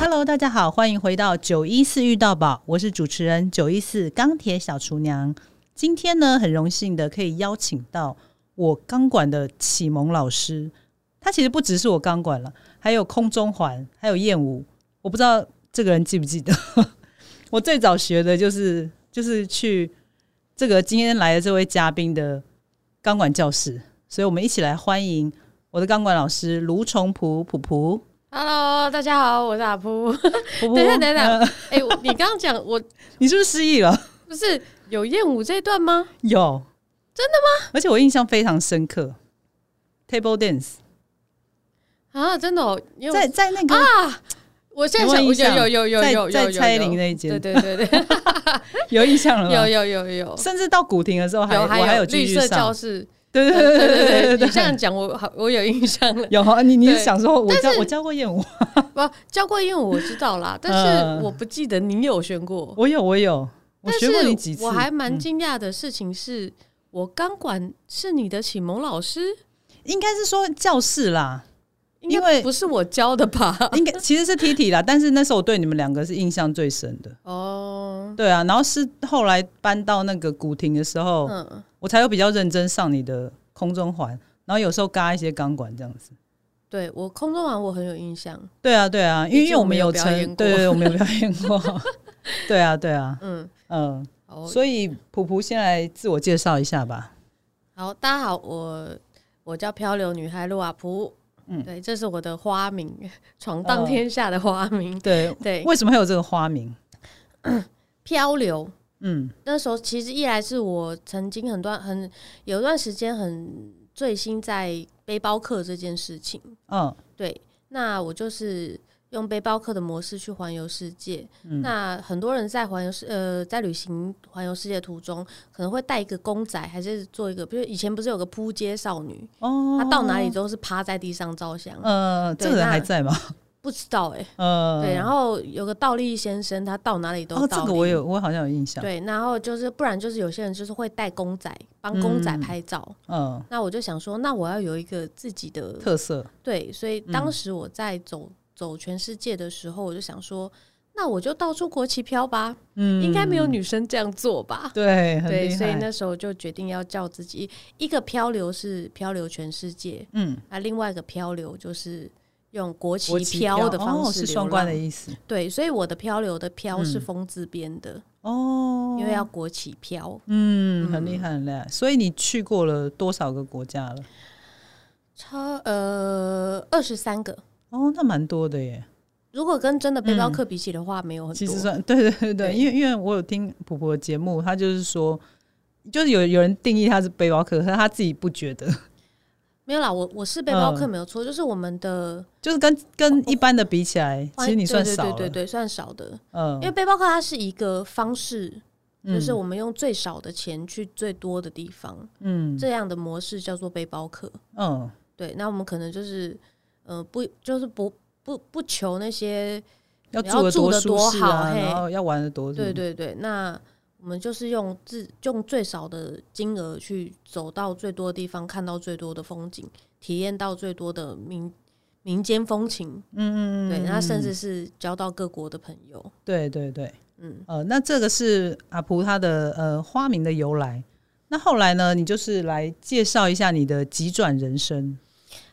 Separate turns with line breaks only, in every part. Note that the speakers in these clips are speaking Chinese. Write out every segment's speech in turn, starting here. Hello，大家好，欢迎回到九一四遇到宝，我是主持人九一四钢铁小厨娘。今天呢，很荣幸的可以邀请到我钢管的启蒙老师，他其实不只是我钢管了，还有空中环，还有燕舞。我不知道这个人记不记得， 我最早学的就是就是去这个今天来的这位嘉宾的钢管教室，所以我们一起来欢迎我的钢管老师卢崇璞普普。
Hello，大家好，我是阿扑。
普普
等一下，等一下
呃，
哎、我你刚刚讲我
你是不是失忆了？
不是有艳舞这一段吗？
有，
真
的吗？而且我印象非常深刻，table dance
啊，真的哦，因为
在在那个、
啊，我现在想，
有没有
我
印象
有有有有有
在
有
在蔡依
有
林
有，
那一
对
间
对 对对，
有印象了吗？
有有有有
甚至到古亭的时候还
有，
我还
有
继
绿
续
色教
上，
室，
对
对
对对
对
对对
对
对
对，
对
你这样讲我好，我有印象
。
了
有啊，你你是
对
想说我
但
教
是
我教过燕舞，
不教过艳舞我知 道啦，但
嗯
是我不记得你有学过。
我有我有，我
但
学过
是
你几次，
我还蛮
嗯
惊讶的事情是，我钢管是你的启蒙老师，
应该是说教室啦，
应
因
该
为
不是我教的吧？
应该其实是 T T 啦，但是那时候我对你们两个是印象最深的。
哦，
对啊，然后是后来搬到那个古亭的时候，
嗯，
我才有比较认真上你的空中环，然后有时候嘎一些钢管这样子。
对我空中玩我很有印象，
对啊，对啊，因为
毕
因为
竟
我
我
们
们有
有
表
成，
演过
对对对，我们有表演过。 对啊，对啊，
嗯，
嗯，
好，
所以普普先来自我介绍一下吧。
好，大家好，我我叫漂流女孩陆瓦普，
嗯
嗯，对，这是我的花名，闯荡天下的花名，
对，
对，
为什么会有这个花名？
漂流。
嗯
那时候其实一来是我曾经很段很有一段时间很醉心在背包客这件事情，
嗯
对，那我就是用背包客的模式去环游世界。
嗯
那很多人在环游世呃，在旅行环游世界途中，可能会带一个公仔，还是做一个，比如以前不是有个扑街少女，
哦，
她到哪里？都是趴在地上照相，
呃，
对
这个人
那
还在吗？
不知道哎、
呃，
对，然后有个倒立先生，他到哪里都
哦，
倒
这
立。
个我有，我好像有印象。
对，然后就是不然就是有些人就是会带公仔，帮公仔
嗯
拍照。
嗯，
那我就想说，那我要有一个自己的
特色，
对，所以
嗯
当时我在走、走全世界的时候，我就想说，那我就到处国旗飘吧，
嗯，
应该没有女生这样做吧？
对，很
对，
厉
所以
害
那时候就决定要叫自己一个漂流是漂流全世界，
嗯，
啊，另外一个漂流就是用国旗
国旗
飘的方
哦
式、
是双关的。意思
对，所以我的漂流的漂是
嗯
风字边的，
哦，
因为要国旗飘，
嗯，很厉害，很厉害。所以你去过了多少个国家了？
超呃二十三个。
哦，那蛮多的耶。
如果跟真的背包客比起的话，没有很多。
嗯其实算对对对对，
对
因为因为我有听婆婆的节目，她就是说，就是有有人定义她是背包客，可是她自己不觉得，
没有啦，我我是背包客
嗯
没有错，就是我们的
就是跟跟一般的比起来，其
欢
实你算
哦对
少
哎对
了，
对对对，算少的，
嗯
因为背包客它是一个方式，
嗯
就是我们用最少的钱去最多的地方，
嗯
这样的模式叫做背包客。
嗯
对，那我们可能就是，呃，不就是不不不求那些，
要
你
住
要
的
住
多
得
舒
多
适
好
啊，
嘿
然后要玩的多，
对，对对，那我们就是用自用最少的金额去走到最多的地方，看到最多的风景，体验到最多的民民间风情。
嗯嗯嗯，
对，
嗯
那
嗯
甚至是交到各国的朋友。
对对对，
嗯，
呃，那这个是阿普他的呃花名的由来。那后来呢，你就是来介绍一下你的急转人生，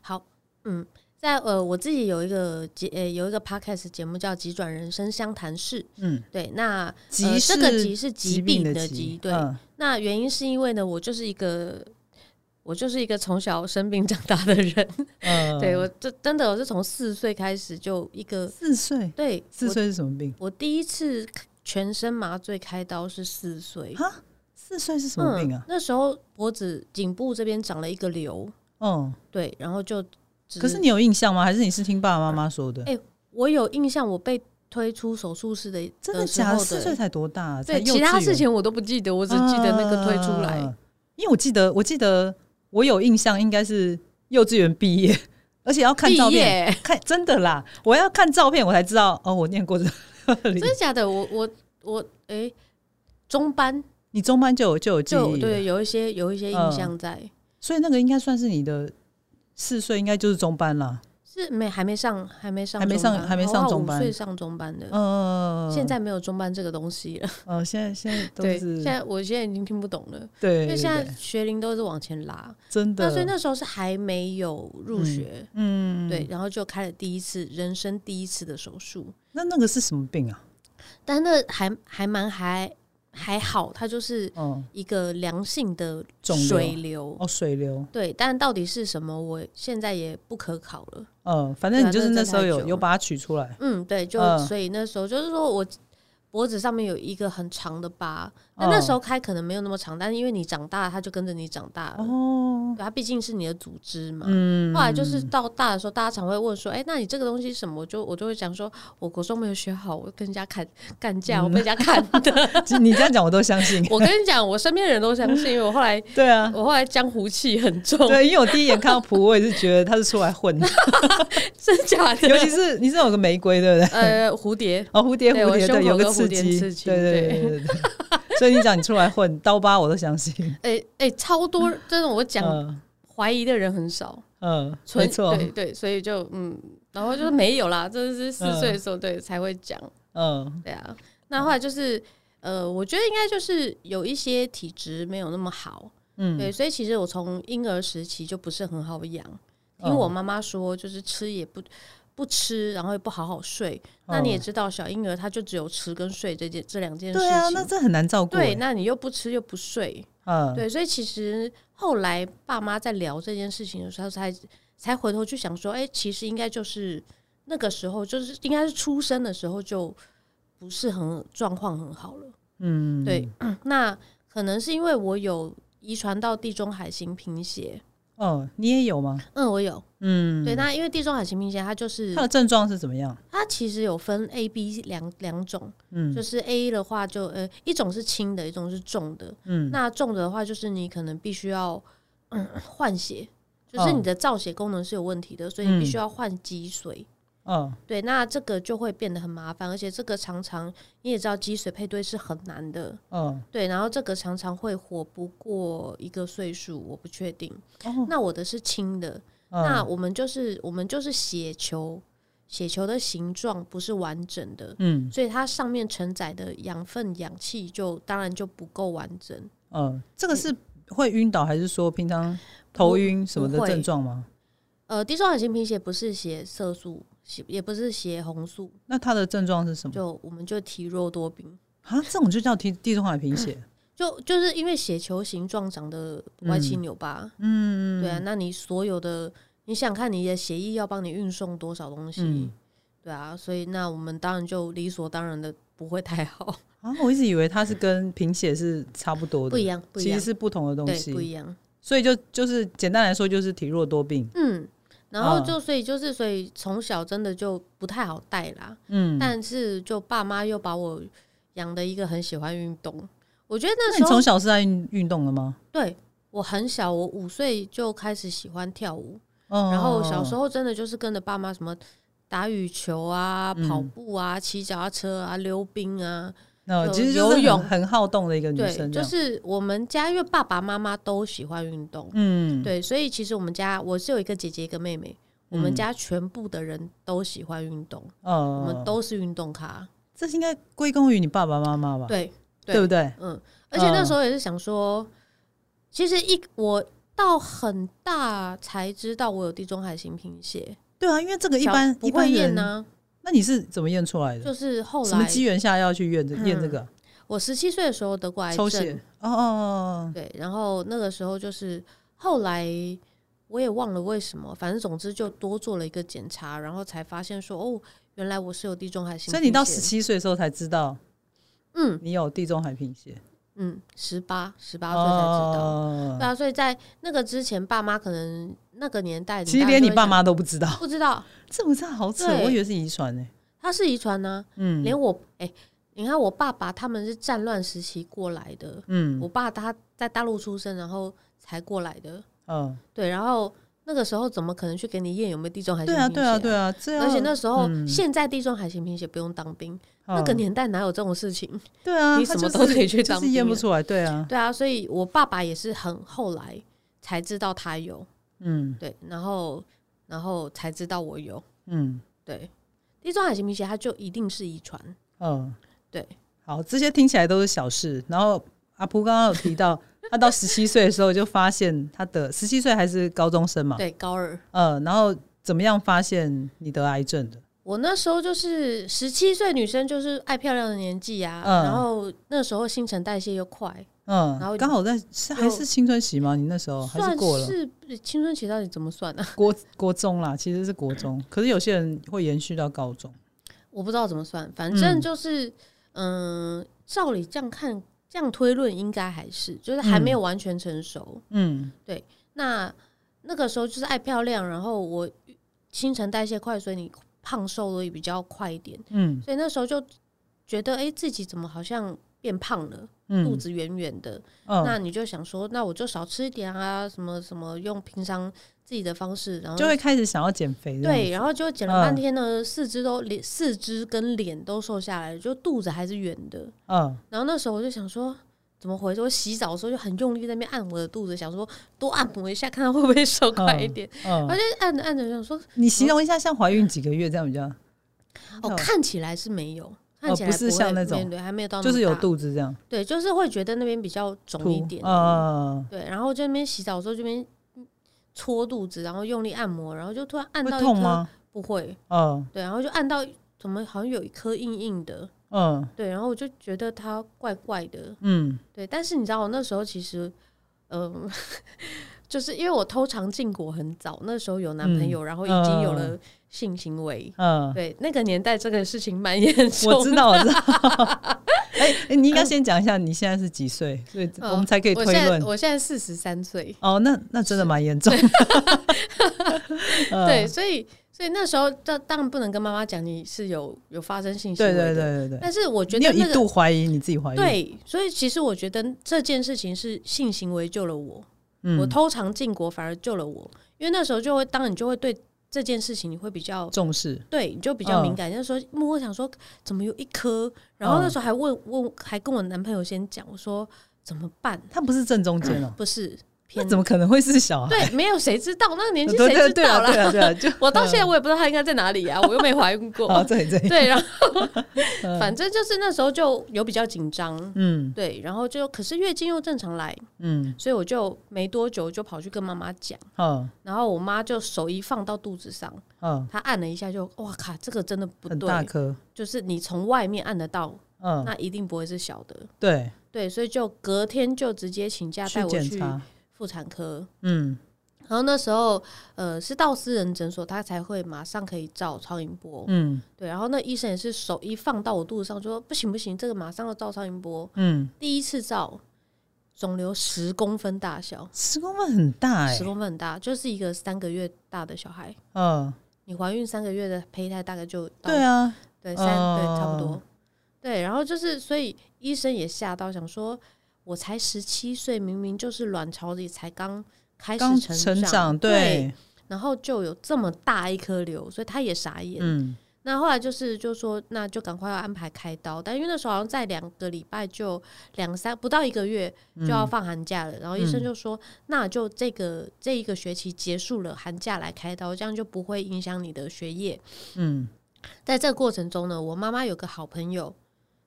好，嗯，在呃，我自己有一个节、呃，有一个 podcast 节目叫《急转人生相谈室》。
嗯，
对，那
急
呃、
是
这个急是疾
病
的
急，
对，
嗯
那原因是因为呢，我就是一个。我就是一个从小生病长大的人，
呃
对我这真的我是从四岁开始就一个
四岁，
对
四岁是什么病？
我，我第一次全身麻醉开刀是四岁，
啊，四岁是什么病啊
嗯？？那时候脖子颈部这边长了一个瘤，
嗯，
对，然后就只
可是你有印象吗？还是你是听爸爸妈妈说的？
哎我有印象，我被推出手术室的
真的
时
假的？
候
四岁才多大啊？才
呃对，
幼
其
稚
他事
园
情我都不记得，我只记得那个推出来。
啊因为我记得，我记得我有印象，应该是幼稚园毕业，而且要看
毕
照片，
业，
看真的啦，我要看照片我才知道哦，我念过这里
真。的假的？我我我，哎、中班
你中班就有就有记
就
忆，，
对，有一些
嗯
有一些印象在。
所以那个应该算是你的四岁，应该就是中班啦。
是没还没上，还没上
还
中
没
班，哦
上还没上中班
我五岁上中班的，
嗯，
现在没有中班这个东西了。
呃，现在现在都
对，
是
现在我现在已经听不懂了，
对，
因为
对
现在
对
学龄都是往前拉，
真的
那所以那时候是还没有入学，
嗯，
对，然后就开了第一次人生第一次的手术，
那那个是什么病啊？
但那还还蛮还还好，它就是
嗯，
一个良性的
肿瘤
水流。
哦，水流，
对，但到底是什么，我现在也不可考了。
嗯，反正
对啊
你就是
那
那
个
时候
太久
有
了
有把它取出来，
嗯，对，就、
嗯
所以那时候就是说我脖子上面有一个很长的疤，那啊
嗯
那时候开可能没有那么长，但是因为你长大，它就跟着你长大了。
哦，
对，它毕竟是你的组织嘛。
嗯，
后来就是到大的时候，大家常会问说：“哎、那你这个东西是什么？”我就我就会讲说：“我国中没有学好，我跟人家砍干架，我被人
嗯
家砍的。，
就 你这样讲我都相信
我跟你讲，我身边的人都相信，因为我后来
对啊。
我后来江湖气很重，
对，因为我第一眼看到蒲，我也是觉得他是出来 混的，
真假的？
尤其是你是有个玫瑰，对不对？
呃蝴蝶，
哦，蝴蝶，
对
蝴
我
蝶，
胸
对，
口
有个
跟
刺
蝴蝶
激，
刺激
对对对对对对。所以你讲你出来混刀疤，我都相信。
哎、哎、超多真的，我 讲
嗯
怀疑的人很少，
嗯，
所以
没错，
对对，所以就嗯，然后就是没有啦，这是四岁的时候对才会讲，
嗯
对啊。那后来就是呃，我觉得应该就是有一些体质没有那么好，
嗯，
对，所以其实我从婴儿时期就不是很好养，听
哦
我妈妈说就是吃也不。不吃，然后也不好好睡。那你也知道，小婴儿他就只有吃跟睡这件这两件事情。
哦对啊，那这很难照顾。
对，，那你又不吃又不睡，
嗯，
对，所以其实后来爸妈在聊这件事情的时候才，才回头去想说，哎、其实应该就是那个时候，就是应该是出生的时候就不是很状况很好了。
嗯，
对，那可能是因为我有遗传到地中海型贫血，
哦，你也有吗？
嗯，我有，
嗯，
对，那因为地中海型贫血它就是
他的症状是怎么样？
它其实有分 A、B 两两种，
嗯
就是 A 的话就呃一种是轻的，一种是重的，
嗯，
那重的话，就是你可能必须要、嗯、换血，
哦
就是你的造血功能是有问题的，所以你必
嗯
须要换脊髓。
哦，
对，那这个就会变得很麻烦，而且这个常常你也知道，脊髓配对是很难的。
哦，
对，然后这个常常会活不过一个岁数，我不确定。
哦
那我的是轻的，
嗯
那我们就是我们就是血球，血球的形状不是完整的，
嗯
所以它上面承载的养分、氧气就当然就不够完整。
哦，这个是会晕倒，还是说平常头晕什么的
不会
症状吗？
呃，地中海型贫血不是血色素，血也不是血红素，
那他的症状是什么？
就我们就体弱多病，
啊，这种就叫地地中海贫血。
就就是因为血球形状长得歪七扭八，嗯，对啊，那你所有的，你想看你的血液要帮你运送多少东西，
嗯
对啊，所以那我们当然就理所当然的不会太好，
啊，我一直以为它是跟贫血是差不多的，
不一样，不一
其实
样，
是不同的东
对，不
西。
一样，
所以就就是简单来说，就是体弱多病。
嗯。然后
嗯
就所以就是所以从小真的就不太好带啦，
嗯，
但是就爸妈又把我养的一个很喜欢运动。我觉得那
那
时
你
候
从小是在运运动的吗？
对我很小，我五岁就开始喜欢跳舞，
哦
然后小时候真的就是跟着爸妈什么打羽球啊、
嗯
跑步啊、骑脚踏车啊、溜冰啊，
那
有
其实就是
游泳
很很好动的一个女
对，
生，这样。
就是我们家因为爸爸妈妈都喜欢运动，
嗯，
对，所以其实我们家我是有一个姐姐一个妹妹，我
嗯
们家全部的人都喜欢运动，
呃，
我们都是运动咖，
这是应该归功于你爸爸妈妈吧？
对，对
不对？
嗯，而且那时候也是想说，其实一我到很大才知道我有地中海型贫血，
对啊，因为这个一
小
般
不
一般
会验
人，
呢、
那你是怎么验出来的？
就是后
什么
来
机缘下要去验这验这个
我十七岁的时候得过癌
抽
症
血，？哦哦哦，哦
对，然后那个时候就是后来我也忘了为什么，反正总之就多做了一个检查，然后才发现说哦，原来我是有地中海型贫血，
所以你到十，七岁的时候才知道
嗯
你有地中海贫血，
嗯，十八十八岁才知道。
哦，
对啊，所以在那个之前，爸妈可能那个年代，
其实
大家
连
就
你
会
爸
想
妈都不知道，
不知道，
这不是好扯，
对
我以为是遗传呢。
他是遗传呢，
嗯
连我哎、你看我爸爸他们是战乱时期过来的，
嗯
我爸他在大陆出生，然后才过来的，
嗯，
对，然后那个时候怎么可能去给你验有没有地中海型
对
贫血、
啊对啊对。啊，这样
嗯而且那时候，
嗯
现在地中海型贫血不用当兵，那个
嗯
年代哪有这种事情？
对啊，
你
他
什么
就是
都可以去
就
当
是
兵
验不
了
出来，对啊，
对啊，所以我爸爸也是很后来才知道他有，
嗯
对，然后然后才知道我有。
嗯
对，地中海型贫血它就一定是遗传。
嗯，
对，
好，这些听起来都是小事。然后阿蒲刚刚有提到， 他到十七岁的时候就发现他得十七岁还是高中生嘛？
对，高二。
呃，然后怎么样发现你得癌症的？
我那时候就是十七岁女生，就是爱漂亮的年纪啊。
嗯
然后那时候新陈代谢又快，然后
嗯，刚好在是还是青春期吗？你那时哦候还是
算
过了
是青春期到底怎么算啊呢、
国国中啦，其实是国中，可是有些人会延续到高中。
我不知道怎么算，反
嗯
正就是，嗯、照理这样看，这样推论应该还是就是还没有完全成熟。
嗯
那那个时候就是爱漂亮，然后我新陈代谢快，所以你胖瘦的也比较快一点，
嗯
所以那时候就觉得，哎、自己怎么好像变胖了，
嗯，
肚子圆圆的，
嗯，
那你就想说，那我就少吃一点啊，什么什么，用平常自己的方式，然后
就会开始想要减肥这样子。嗯
对，然后就减了半天呢，四肢都脸、四肢跟脸都瘦下来了，就肚子还是圆的。
嗯
然后那时候我就想说，怎么回事？我洗澡的时候就很用力在那边按我的肚子，想说多按摩一下，看它会不会瘦快一点。我
嗯，
就按着按着，想说
你形容一下像怀孕几个月这样比较，
哦，
嗯哦
看起来是没有，看起来
不是
会
像那种
对对，还没有到那
就是
么
有
大，
肚子这样
对，就是会觉得那边比较肿一
凸
点。
嗯，
对，然后就那边洗澡的时候，这边搓肚子，然后用力按摩，然后就突然按
嗯会
到一
痛
颗？
吗？
不会，
嗯
对，然后就按到怎么好像有一颗硬硬的，
嗯
对，然后我就觉得它怪怪的，
嗯
对。但是你知道，我那时候其实，嗯、 就是因为我偷尝禁果很早，那时候有男朋友，然后已经有了性行为。
嗯，
对，那个年代这个事情蛮严重的。
我知道，我知道。 哎、哎你应该先讲一下你现在是几岁，所以
嗯
我们才可以推
我现在
论。
我现在四十三岁，
哦，那那真的蛮严重。 嗯
对，所以所以那时候，当当然不能跟妈妈讲你是有有发生性行为
对
的。
对对对对，
但是我觉
你
得
有
那
一
个
度怀疑你自己怀孕。，
对，所以其实我觉得这件事情是性行为救了我，
嗯
我偷尝禁果反而救了我，因为那时候就会，当然你就会对这件事情你会比较。
重视。
对，你就比较敏
嗯
感。那时候默默想说，怎么有一颗？然后那时候还问问，还跟我男朋友先讲，我说怎么办？
他不是正中间哦、
不是
那
偏
怎么可能会是小孩？
对，没有谁知道 那个年纪
对
谁知
对对啊
道
对
啦。
啊对啊，就
我到现在我也不知道他应该在哪里啊， 我又没怀孕过。
哦这里这里，
对，然后反正就是那时候就有比较紧张，
嗯
对，然后就可是月经又正常来，
嗯
所以我就没多久就跑去跟妈妈讲，
嗯
然后我妈就手一放到肚子上，
嗯，
她按了一下就哇靠，这个真的不
很大
对，
颗，
就是你从外面按得到，
嗯
那一定不会是小的，
对，
对，所以就隔天就直接请假带
去
我
检
去
查，
妇产科。
嗯
然后那时候，呃，是到私人诊所，他才会马上可以照超音波。
嗯
对，然后那医生也是手一放到我肚子上，说不行不行，这个马上要照超音波。
嗯，
第一次照，肿瘤十公分大小，
十公分很大哎、
十公分很大，就是一个三个月大的小孩。
嗯，
你怀孕三个月的胚胎大概就到
对啊，
对三、对
哦
差不多，对，然后就是所以医生也吓到，想说我才十七岁，明明就是卵巢里才刚开始
刚
长，
成长，
对，
对，
然后就有这么大一颗瘤，所以他也傻眼。
嗯
那后来就是就说那就赶快要安排开刀，但因为那时候好像在两个礼拜就两三不到一个月就
嗯
要放寒假了，然后医生就说、那就这个这一个学期结束了，寒假来开刀，这样就不会影响你的学业。
嗯
在这个过程中呢，我妈妈有个好朋友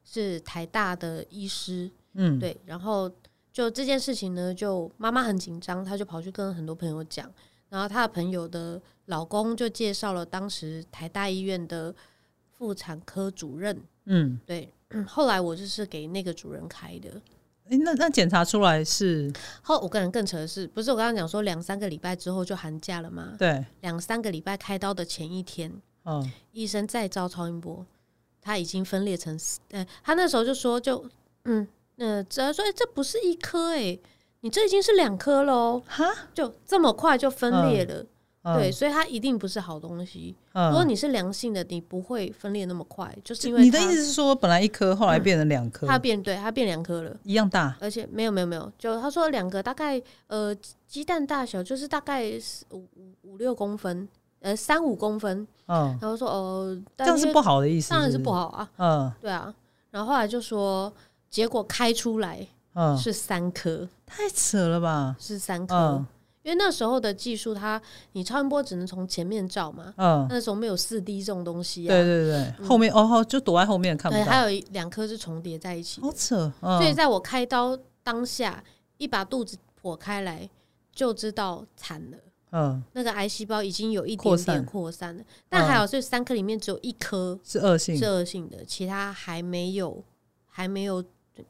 是台大的医师，
嗯，
对，然后就这件事情呢，就妈妈很紧张，她就跑去跟很多朋友讲，然后她的朋友的老公就介绍了当时台大医院的妇产科主任，
嗯，
对。后来我就是给那个主任开的。
哎、那那检查出来是
后我个人更扯的是，不是我刚刚讲说两三个礼拜之后就寒假了吗？
对，
两三个礼拜开刀的前一天，
嗯
医生再照超音波，他已经分裂成四，呃，他那时候就说就嗯呃，只说、欸、这不是一颗哎、你这已经是两颗喽，
哈，
就这么快就分裂了，
嗯
对，，所以它一定不是好东西。
嗯
如果你是良性的，你不会分裂那么快，就是因为
你的
它
意思是说，本来一颗，后来变成两颗，
它变对它变两颗了。
一样大，
而且没有没有没有，就他说两个大概呃鸡蛋大小，就是大概是五五五六公分，呃三五公分。
嗯，
然后说哦，
这
但
样是
因为
不好的意思，
当然是不
好，
好啊，
嗯
对啊，然后后来就说，结果开出来
嗯，
是三颗，
太扯了吧，
是三颗，
嗯
因为那时候的技术它，你超音波只能从前面照嘛，
嗯，
那时候没有四 D 这种东西啊，
对对对，后面哦哦，就躲在后面看不
对，还
到，
有一两颗是重叠在一起的
好扯，
所以
嗯，
在我开刀当下，一把肚子剖开来就知道惨了，
嗯，
那个癌细胞已经有一
扩
点
散
点扩散了。但还好，这三颗里面只有一颗
是恶性
是，恶性的，其他还没有，还没有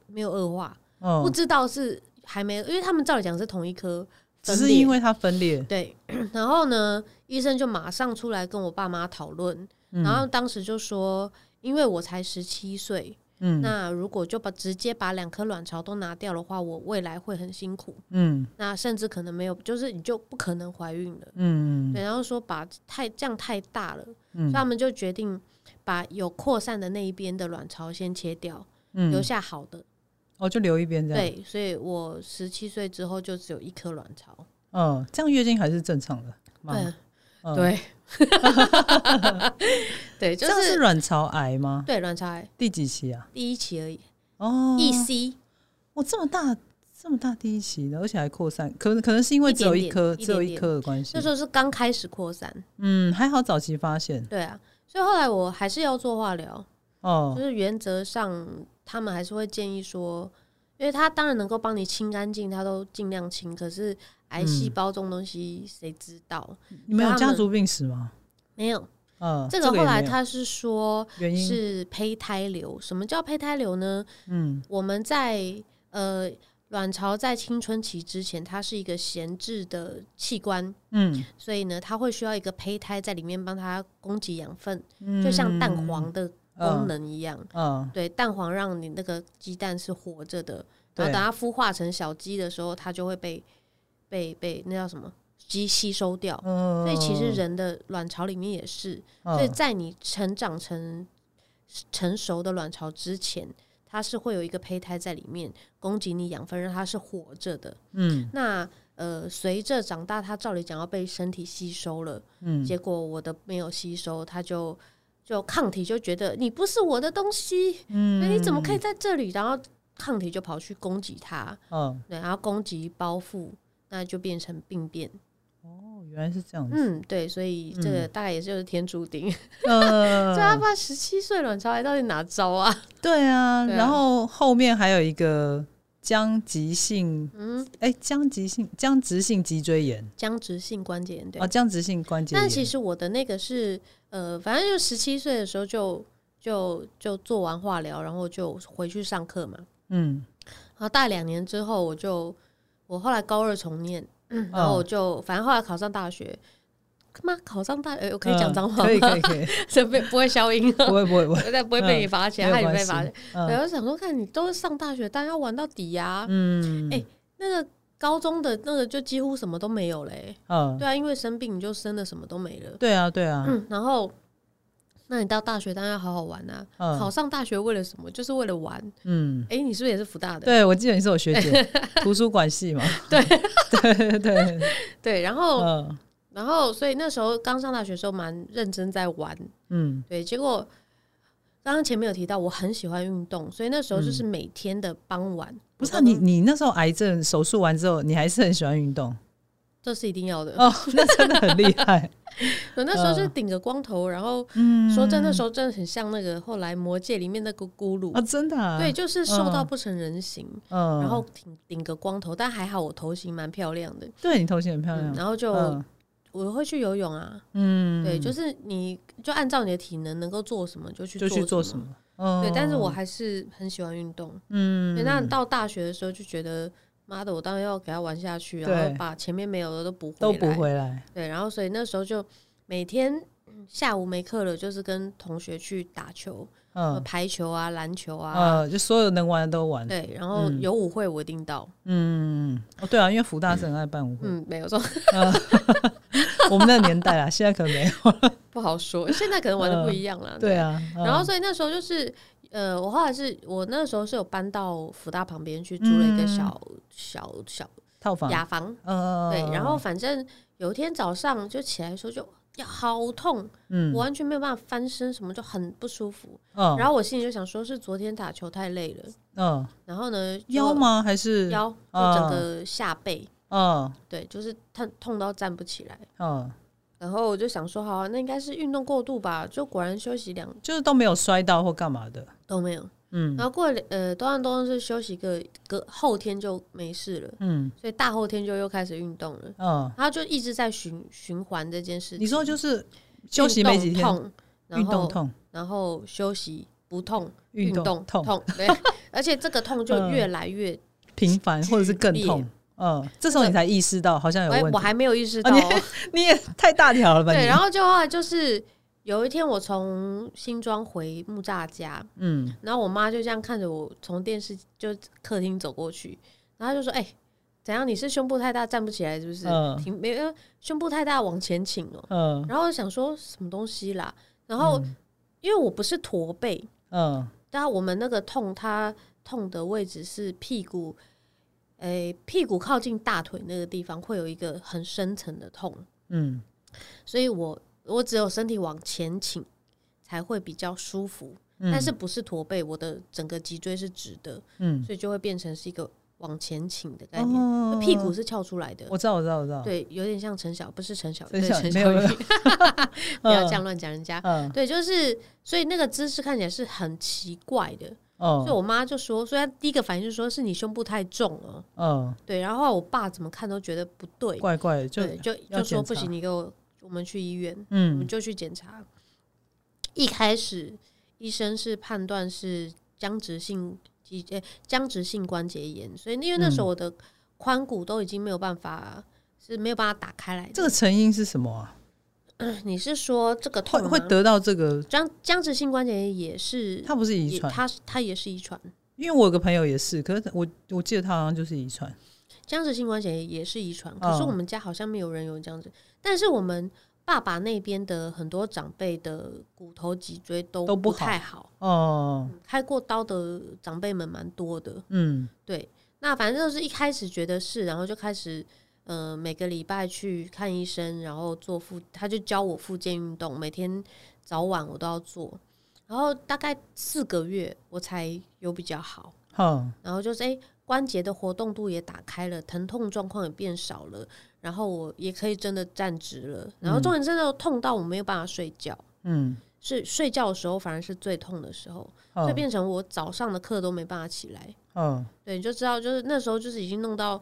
没有恶化，不
嗯，
知道是还没，因为他们照理讲是同一颗
只
分裂，
是因为它分裂，
对。然后呢，医生就马上出来跟我爸妈讨论，
嗯
然后当时就说，因为我才十七岁，
嗯
那如果就把直接把两颗卵巢都拿掉的话，我未来会很辛苦，
嗯
那甚至可能没有，就是你就不可能怀孕了。
嗯
对，然后说把太这样太大了，所以
嗯
他们就决定把有扩散的那一边的卵巢先切掉，留
嗯，
下好的。
哦，就留一边这样，
对，所以我十七岁之后就只有一颗卵巢。
嗯，这样月经还是正常的吗，
对
嗯，
对， 对，
这
就
样是
是
卵巢癌吗？
对卵巢癌
第几期啊？
第一期而已，
哦，
一 C
我这么大这么大第一期的，而且还扩散，可能可能是因为只有
一
一
点点
颗，
一点
只有一
点
颗的关系
那。时候是刚开始扩散，
嗯，还好早期发现
对啊，所以后来我还是要做化疗。
哦
就。是原则上，他们还是会建议说，因为它当然能够帮你清干净，它都尽量清。可是癌
嗯
细胞这种东西，谁知道？
你们有
他们
家族病史吗？
没有
嗯，
这
个
个后
也
来
没有
他是说
原因
是胚胎瘤。什么叫胚胎瘤呢？
嗯
我们在呃卵巢在青春期之前，它是一个闲置的器官，
嗯
所以呢，它会需要一个胚胎在里面帮它供给养分，就像蛋黄的功能一样。
嗯
对，蛋黄让你那个鸡蛋是活着的，然
对
后等它孵化成小鸡的时候，它就会被被被那叫什么鸡吸收掉。
嗯，
所以其实人的卵巢里面也是，所以
嗯
在你成长成成熟的卵巢之前，它是会有一个胚胎在里面供给你养分，让它是活着的。
嗯
那呃，随着长大，它照理讲要被身体吸收了，
嗯
结果我的没有吸收，它就就抗体就觉得你不是我的东西，
嗯
所以你怎么可以在这里？然后抗体就跑去攻击它，
嗯
对，然后攻击包覆，那就变成病变。
哦，原来是这样子。
嗯，对，所以这
嗯
个大概也就是天注定。 这阿
呃，
爸十七岁卵巢癌到底哪招啊？
对啊，
对啊
然后后面还有一个僵急性，
嗯，
哎，僵急性僵直性脊椎炎
僵直性关节炎对。
啊，僵直性关节
但其
炎。
实我的那个是呃，反正就十七岁的时候就就就做完化疗，然后就回去上课嘛。
嗯
然后大概两年之后，我就我后来高二重念，嗯然后我就反正后来考上大学，妈考上大，呃，我可以讲脏话
嗯可以
吗？
可以可以，
这被不会消 音
不
哦，
会不会不会，
但不会被你罚钱，
没
害
有
你
关
被
系
罚钱。然
嗯
后想说，看你都上大学，当然要玩到底呀。
嗯，
哎那个高中的那个就几乎什么都没有嘞，
嗯，
对啊，因为生病你就真的什么都没了。
对啊对啊，
嗯，然后。那你到大学当然要好好玩啊！考
嗯
上大学为了什么？就是为了玩。
嗯，
哎、你是不是也是福大的？
对我记得你是我学 姐，图书馆系嘛，
对 哦
对对对，
对，然后
嗯
然后，所以那时候刚上大学的时候蛮认真在玩，
嗯
对。结果刚刚前面有提到，我很喜欢运动，所以那时候就是每天的傍晚，
嗯不是、啊、
我都
你，你那时候癌症手术完之后，你还是很喜欢运动
这是一定要的。
哦， 那真的很厉害。
我那时候就是顶着光头，然后
嗯，
说真的，那时候真的很像那个后来《魔戒》里面那个咕噜，
啊，真的、啊，
对，，就是瘦到
嗯
不成人形，
嗯，
然后顶顶个光头，但还好我头型蛮漂亮的，
对你头型很漂亮，
嗯、然后就、
嗯
我会去游泳啊，
嗯，
对，就是你就按照你的体能能够做什么就去
就去做
什
什
么。
么，嗯，
对，但是我还是很喜欢运动。
嗯
对，那到大学的时候就觉得，妈的，我当然要给他玩下去，
对
然后把前面没有的都补回
都补
来。
回来，
对，然后所以那时候就每天嗯下午没课了，就是跟同学去打球，呃
嗯
排球啊、篮球啊。
呃，就所有能玩的都玩，
对，然后
嗯
有舞会我一定到，
嗯，哦对啊，因为福大是很爱办舞会，
嗯，没有说
我们那个年代啊，现在可能没有，
不好说，现在可能玩的不一样了。
对，啊，嗯
然后所以那时候就是，呃，我后来是我那时候是有搬到福大旁边去租了一个小、小小
套嗯房，
雅房，
嗯，
对，然后反正有一天早上就起来的时候就呀好痛，
嗯
我完全没有办法翻身，什么就很不舒服。
嗯
然后我心里就想说，是昨天打球太累了，
嗯，
然后呢
腰？吗？还是
就腰，就
嗯
整个下背，
嗯
对，就是他痛到站不起来。
嗯，
然后我就想说，好啊、那应该是运动过度吧，就果然休息两
就是都没有摔到或干嘛的，
都没有。
嗯
然后过了呃，东岸东岸是休息个个后天就没事了，
嗯
所以大后天就又开始运动了。
嗯，
然后就一直在循循环这件事情。
你说就是休息没几
运
天，
动痛，然
运动
后
痛，
然后休息不痛，
运
动
动痛 嗯
痛，对， 而且这个痛就越来越，
频繁或者是更痛
剧，
嗯，这时候你才意识到好像有
哎，
问
我
题，
还没有意识
啊
到
你
哦，
你也太大条了吧？
对，
你
然后就后来就是有一天我从新庄回木栅家，
嗯
然后我妈就这样看着我从电视就客厅走过去，然后她就说：“哎、怎样？你是胸部太大站不起来是不是？
嗯
挺没有呃胸部太大往前倾哦、
嗯
然后我想说什么东西啦，然后、因为我不是驼背，
嗯
但我们那个痛，它痛的位置是屁股，诶、屁股靠近大腿那个地方会有一个很深层的痛，
嗯
所以我我只有身体往前倾才会比较舒服，
嗯，
但是不是驼背，我的整个脊椎是直的，
嗯，
所以就会变成是一个往前倾的概念，
哦
那屁股是翘出来的。
我知道我知道我知道，
对，有点像陈小，不是陈小，
陈
对
小
陈
没有没
小
有
雨， 不要这样乱讲人家。
嗯
对，就是所以那个姿势看起来是很奇怪的，所以
哦
我妈就说，虽然第一个反应是说是你胸部太重了，
嗯，
对，然后后来我爸怎么看都觉得不对，
怪怪的，就
对，就
要
就说
检
不
查
行，你给我，我们去医院，我们
嗯
就去检查。一开始医生是判断是僵直性肌呃僵直性关节炎，所以因为那
嗯
时候我的髋骨都已经没有办法，是没有办法打开来的。
这个成因是什么啊？
你是说这个
会
痛
会
吗
得到这个？
僵僵直性关节炎嗯也是
它不是遗
也
传，
它它也是遗传。
因为我有个朋友也是，可是我我记得他好像就是遗传，
僵直性关节炎也是遗传，可是
嗯
我们家好像没有人有这样子。但是我们爸爸那边的很多长辈的骨头、脊椎都
都不
不
好
太好，
哦，
开过刀的长辈们蛮多的。
嗯
对，那反正就是一开始觉得是，然后就开始。呃，每个礼拜去看医生，然后做复，他就教我复健运动，每天早晚我都要做，然后大概四个月我才有比较好。
好，
然后就是哎、诶关节的活动度也打开了，疼痛状况也变少了，然后我也可以真的站直了。然后重点真的痛到我没有办法睡觉，
嗯，
是睡觉的时候反而是最痛的时候，
好
所以，变成我早上的课都没办法起来。
嗯
对，你就知道就是那时候就是已经弄到。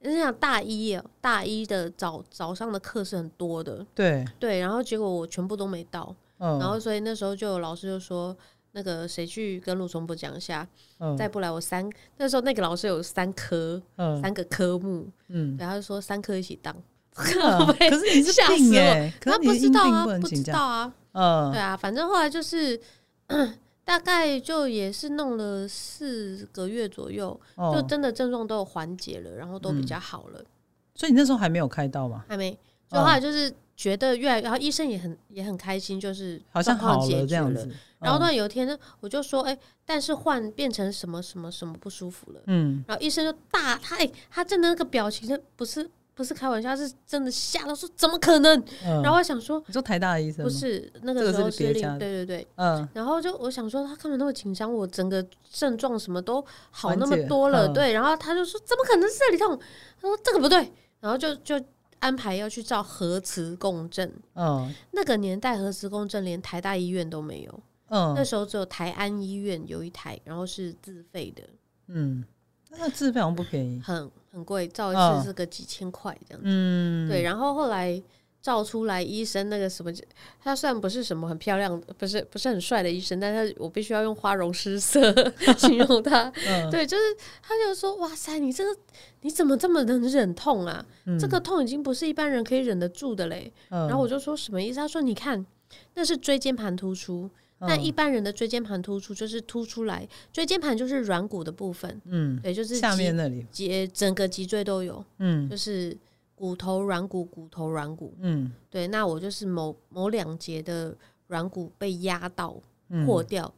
你想大一耶，大一的早早上的课是很多的，
对，
对，然后结果我全部都没到，
嗯，
然后所以那时候就有老师就说，那个谁去跟陆松博讲一下，
嗯
再不来我三那时候那个老师有三科、
嗯
三个科目，
嗯，
然后他就说三科一起当，
啊 可是你是
吓
病
死我
哎，可
他
是你
不
是
知
因
道
病
啊，
不能
不
请
知
假，
道啊，对
嗯
啊，反正后来就是。大概就也是弄了四个月左右，就
哦，
真的症状都有缓解了，然后都比
嗯
较好了，
所以你那时候还没有开刀嘛？
还没。
哦
就后来就是觉得越来，然后医生也很也很开心，就是
好像
状况
好
解
了这
决
样
了
子，哦嗯
然后
呢，
呢，有一天呢，我就说，哎、但是换变成什么什么什么不舒服了。
嗯
然后医生就大他哎、他真的那个表情，真不是不是开玩笑，他是真的吓到说怎么可能？
嗯，
然后我想说
你说台大的医生
不
吗，
是那
这
个
个
时候
是别
是
家的
另对对对，
嗯
然后就我想说他干嘛那么紧张？我整个症状什么都好那么
缓解
多了，
嗯
对。然后他就说怎么可能是这里痛？他说这个不对，然后就就安排要去照核磁共振。
嗯
那个年代核磁共振连台大医院都没有，那
嗯
时候只有台安医院有一台，然后是自费的。
嗯，那个自费好像不便宜，
很很贵，照一
嗯
次是个几千块这样子。
嗯，
对，然后后来照出来医生那个什么，他虽然不是什么很漂亮，不是不是很帅的医生，但是我必须要用花容失色 形容他。
嗯
对，就是他就说：“哇塞，你这个你怎么这么能忍痛啊？这个痛已经不是一般人可以忍得住的嘞。
嗯，
然后我就说：“什么意思？”他说：“你看，那是椎间盘突出。”
嗯
那一般人的椎间盘突出就是突出来，椎间盘就是软骨的部分，
嗯
对，就是
下
脊
面那里，
脊整个脊椎都有，
嗯
就是骨头软骨、骨头软骨。
嗯
对，那我就是某某两节的软骨被压到
嗯，
破掉，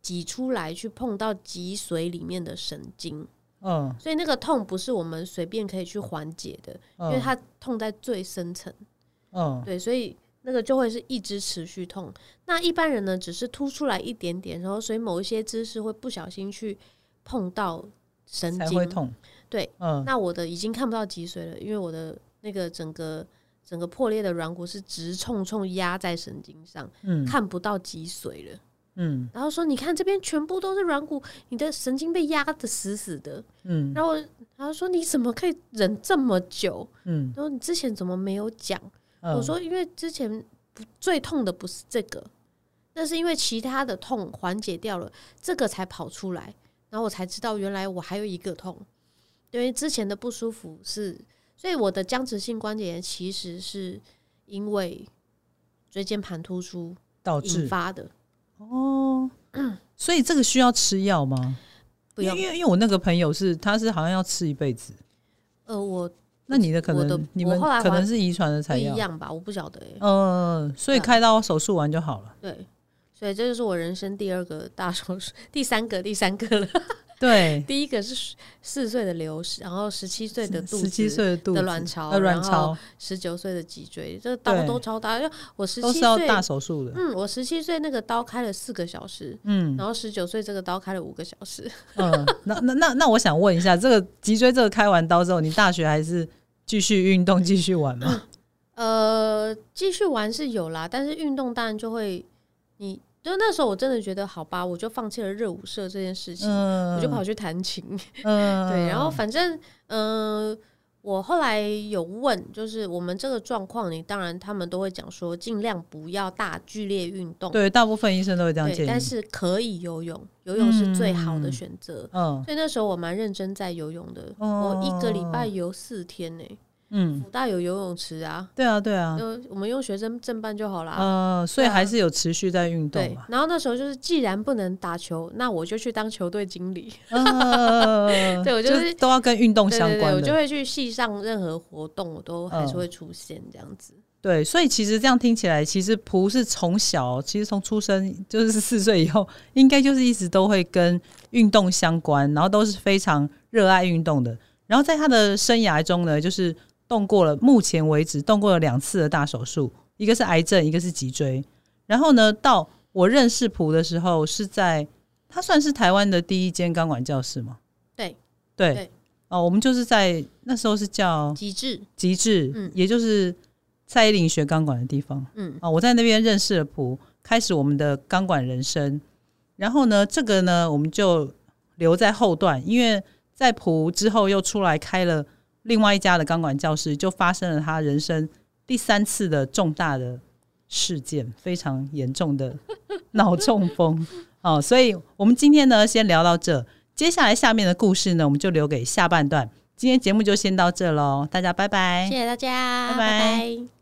挤出来去碰到脊髓里面的神经，
嗯，
所以那个痛不是我们随便可以去缓解的，
因
因为它痛在最深层。
嗯
对，所以。那个就会是一直持续痛。那一般人呢，只是突出来一点点，然后所以某一些姿势会不小心去碰到神
才
经
会，痛，
对，
嗯，
那我的已经看不到脊髓了，因为我的那个整个整个破裂的软骨是直冲冲压在神经上，
嗯
看不到脊髓了。
嗯
然后说，你看这边全部都是软骨，你的神经被压得死死的。
嗯
然后我，然后说你怎么可以忍这么久？
嗯，
然后你之前怎么没有讲？
嗯
我，说，因为之前不最痛的不是这个，那是因为其他的痛缓解掉了，这个才跑出来，然后我才知道原来我还有一个痛，因为之前的不舒服是，所以我的僵直性关节炎其实是因为椎间盘突出
导
引
致
发的，
哦，所以这个需要吃药吗？
不
因
要
为因为因为我那个朋友是，他是好像要吃一辈子，
呃，我
那你的可
我的
能你们
我后来
可
好
能
像
是遗传的
不
才
一
要，
样吧，我不晓得、欸，
嗯，所以
对啊
开刀手术完就好了，
对，所以这就是我人生第二个大手术， 第三个，第三个了。
对，
第一个是十四岁的流失，然后十七岁的肚
十七
子，
岁的肚子
的卵巢
呃卵
然后
巢
十九岁的脊椎，这刀
对
都超大。因为我十
都
七
是要
岁，
大手术的，
嗯，我十七岁那个刀开了四个小时，
嗯
然后十九岁这个刀开了五个小时。
嗯，那那那那我想问一下，这个脊椎这个开完刀之后，你大学还是继续运动继续玩 吗？
呃，继续玩是有啦，但是运动当然就会，你就那时候我真的觉得好吧，我就放弃了热舞社这件事情，
嗯，
我就跑去弹琴。
嗯，
对，然后反正嗯、呃我后来有问，就是我们这个状况，你当然他们都会讲说，尽量不要大剧烈运动，
嗯对，大部分医生都会这样建
对，
议，
但是可以游泳，游泳是最好的
嗯
选择。
嗯
所以那时候我蛮认真在游泳的，
哦
我一个礼拜游四天呢、
嗯，
福大有游泳池啊，
对啊对啊，
就我们用学生证办就好啦。
呃，所以还是有持续在运动
啊对
嘛，，
然后那时候就是，既然不能打球，那我就去当球队经理。
呃，
对我就是
是都要跟运动
对
哦相
对对，
关
我就
的，
会去系上任何活动，我都还是
嗯
会出现这样子。
对，所以其实这样听起来，其实蒲是从小，其实从出生就是四岁以后，应该就是一直都会跟运动相关，然后都是非常热爱运动的。然后在他的生涯中呢，就是动过了，目前为止动过了两次的大手术，一个是癌症，一个是脊椎。然后呢，到我认识蒲的时候，是在他算是台湾的第一间钢管教室吗？
对
对
对
哦，我们就是在那时候是叫
极致，
极致，
嗯
也就是蔡依林学钢管的地方
嗯，
啊。我在那边认识了蒲，开始我们的钢管人生。然后呢，这个呢，我们就留在后段，因为在蒲之后又出来开了另外一家的钢管教室，就发生了他人生第三次的重大的事件，非常严重的脑中风 哦。所以我们今天呢，先聊到这。接下来下面的故事呢，我们就留给下半段。今天节目就先到这喽，大家拜拜。
谢谢大家，
拜拜
拜拜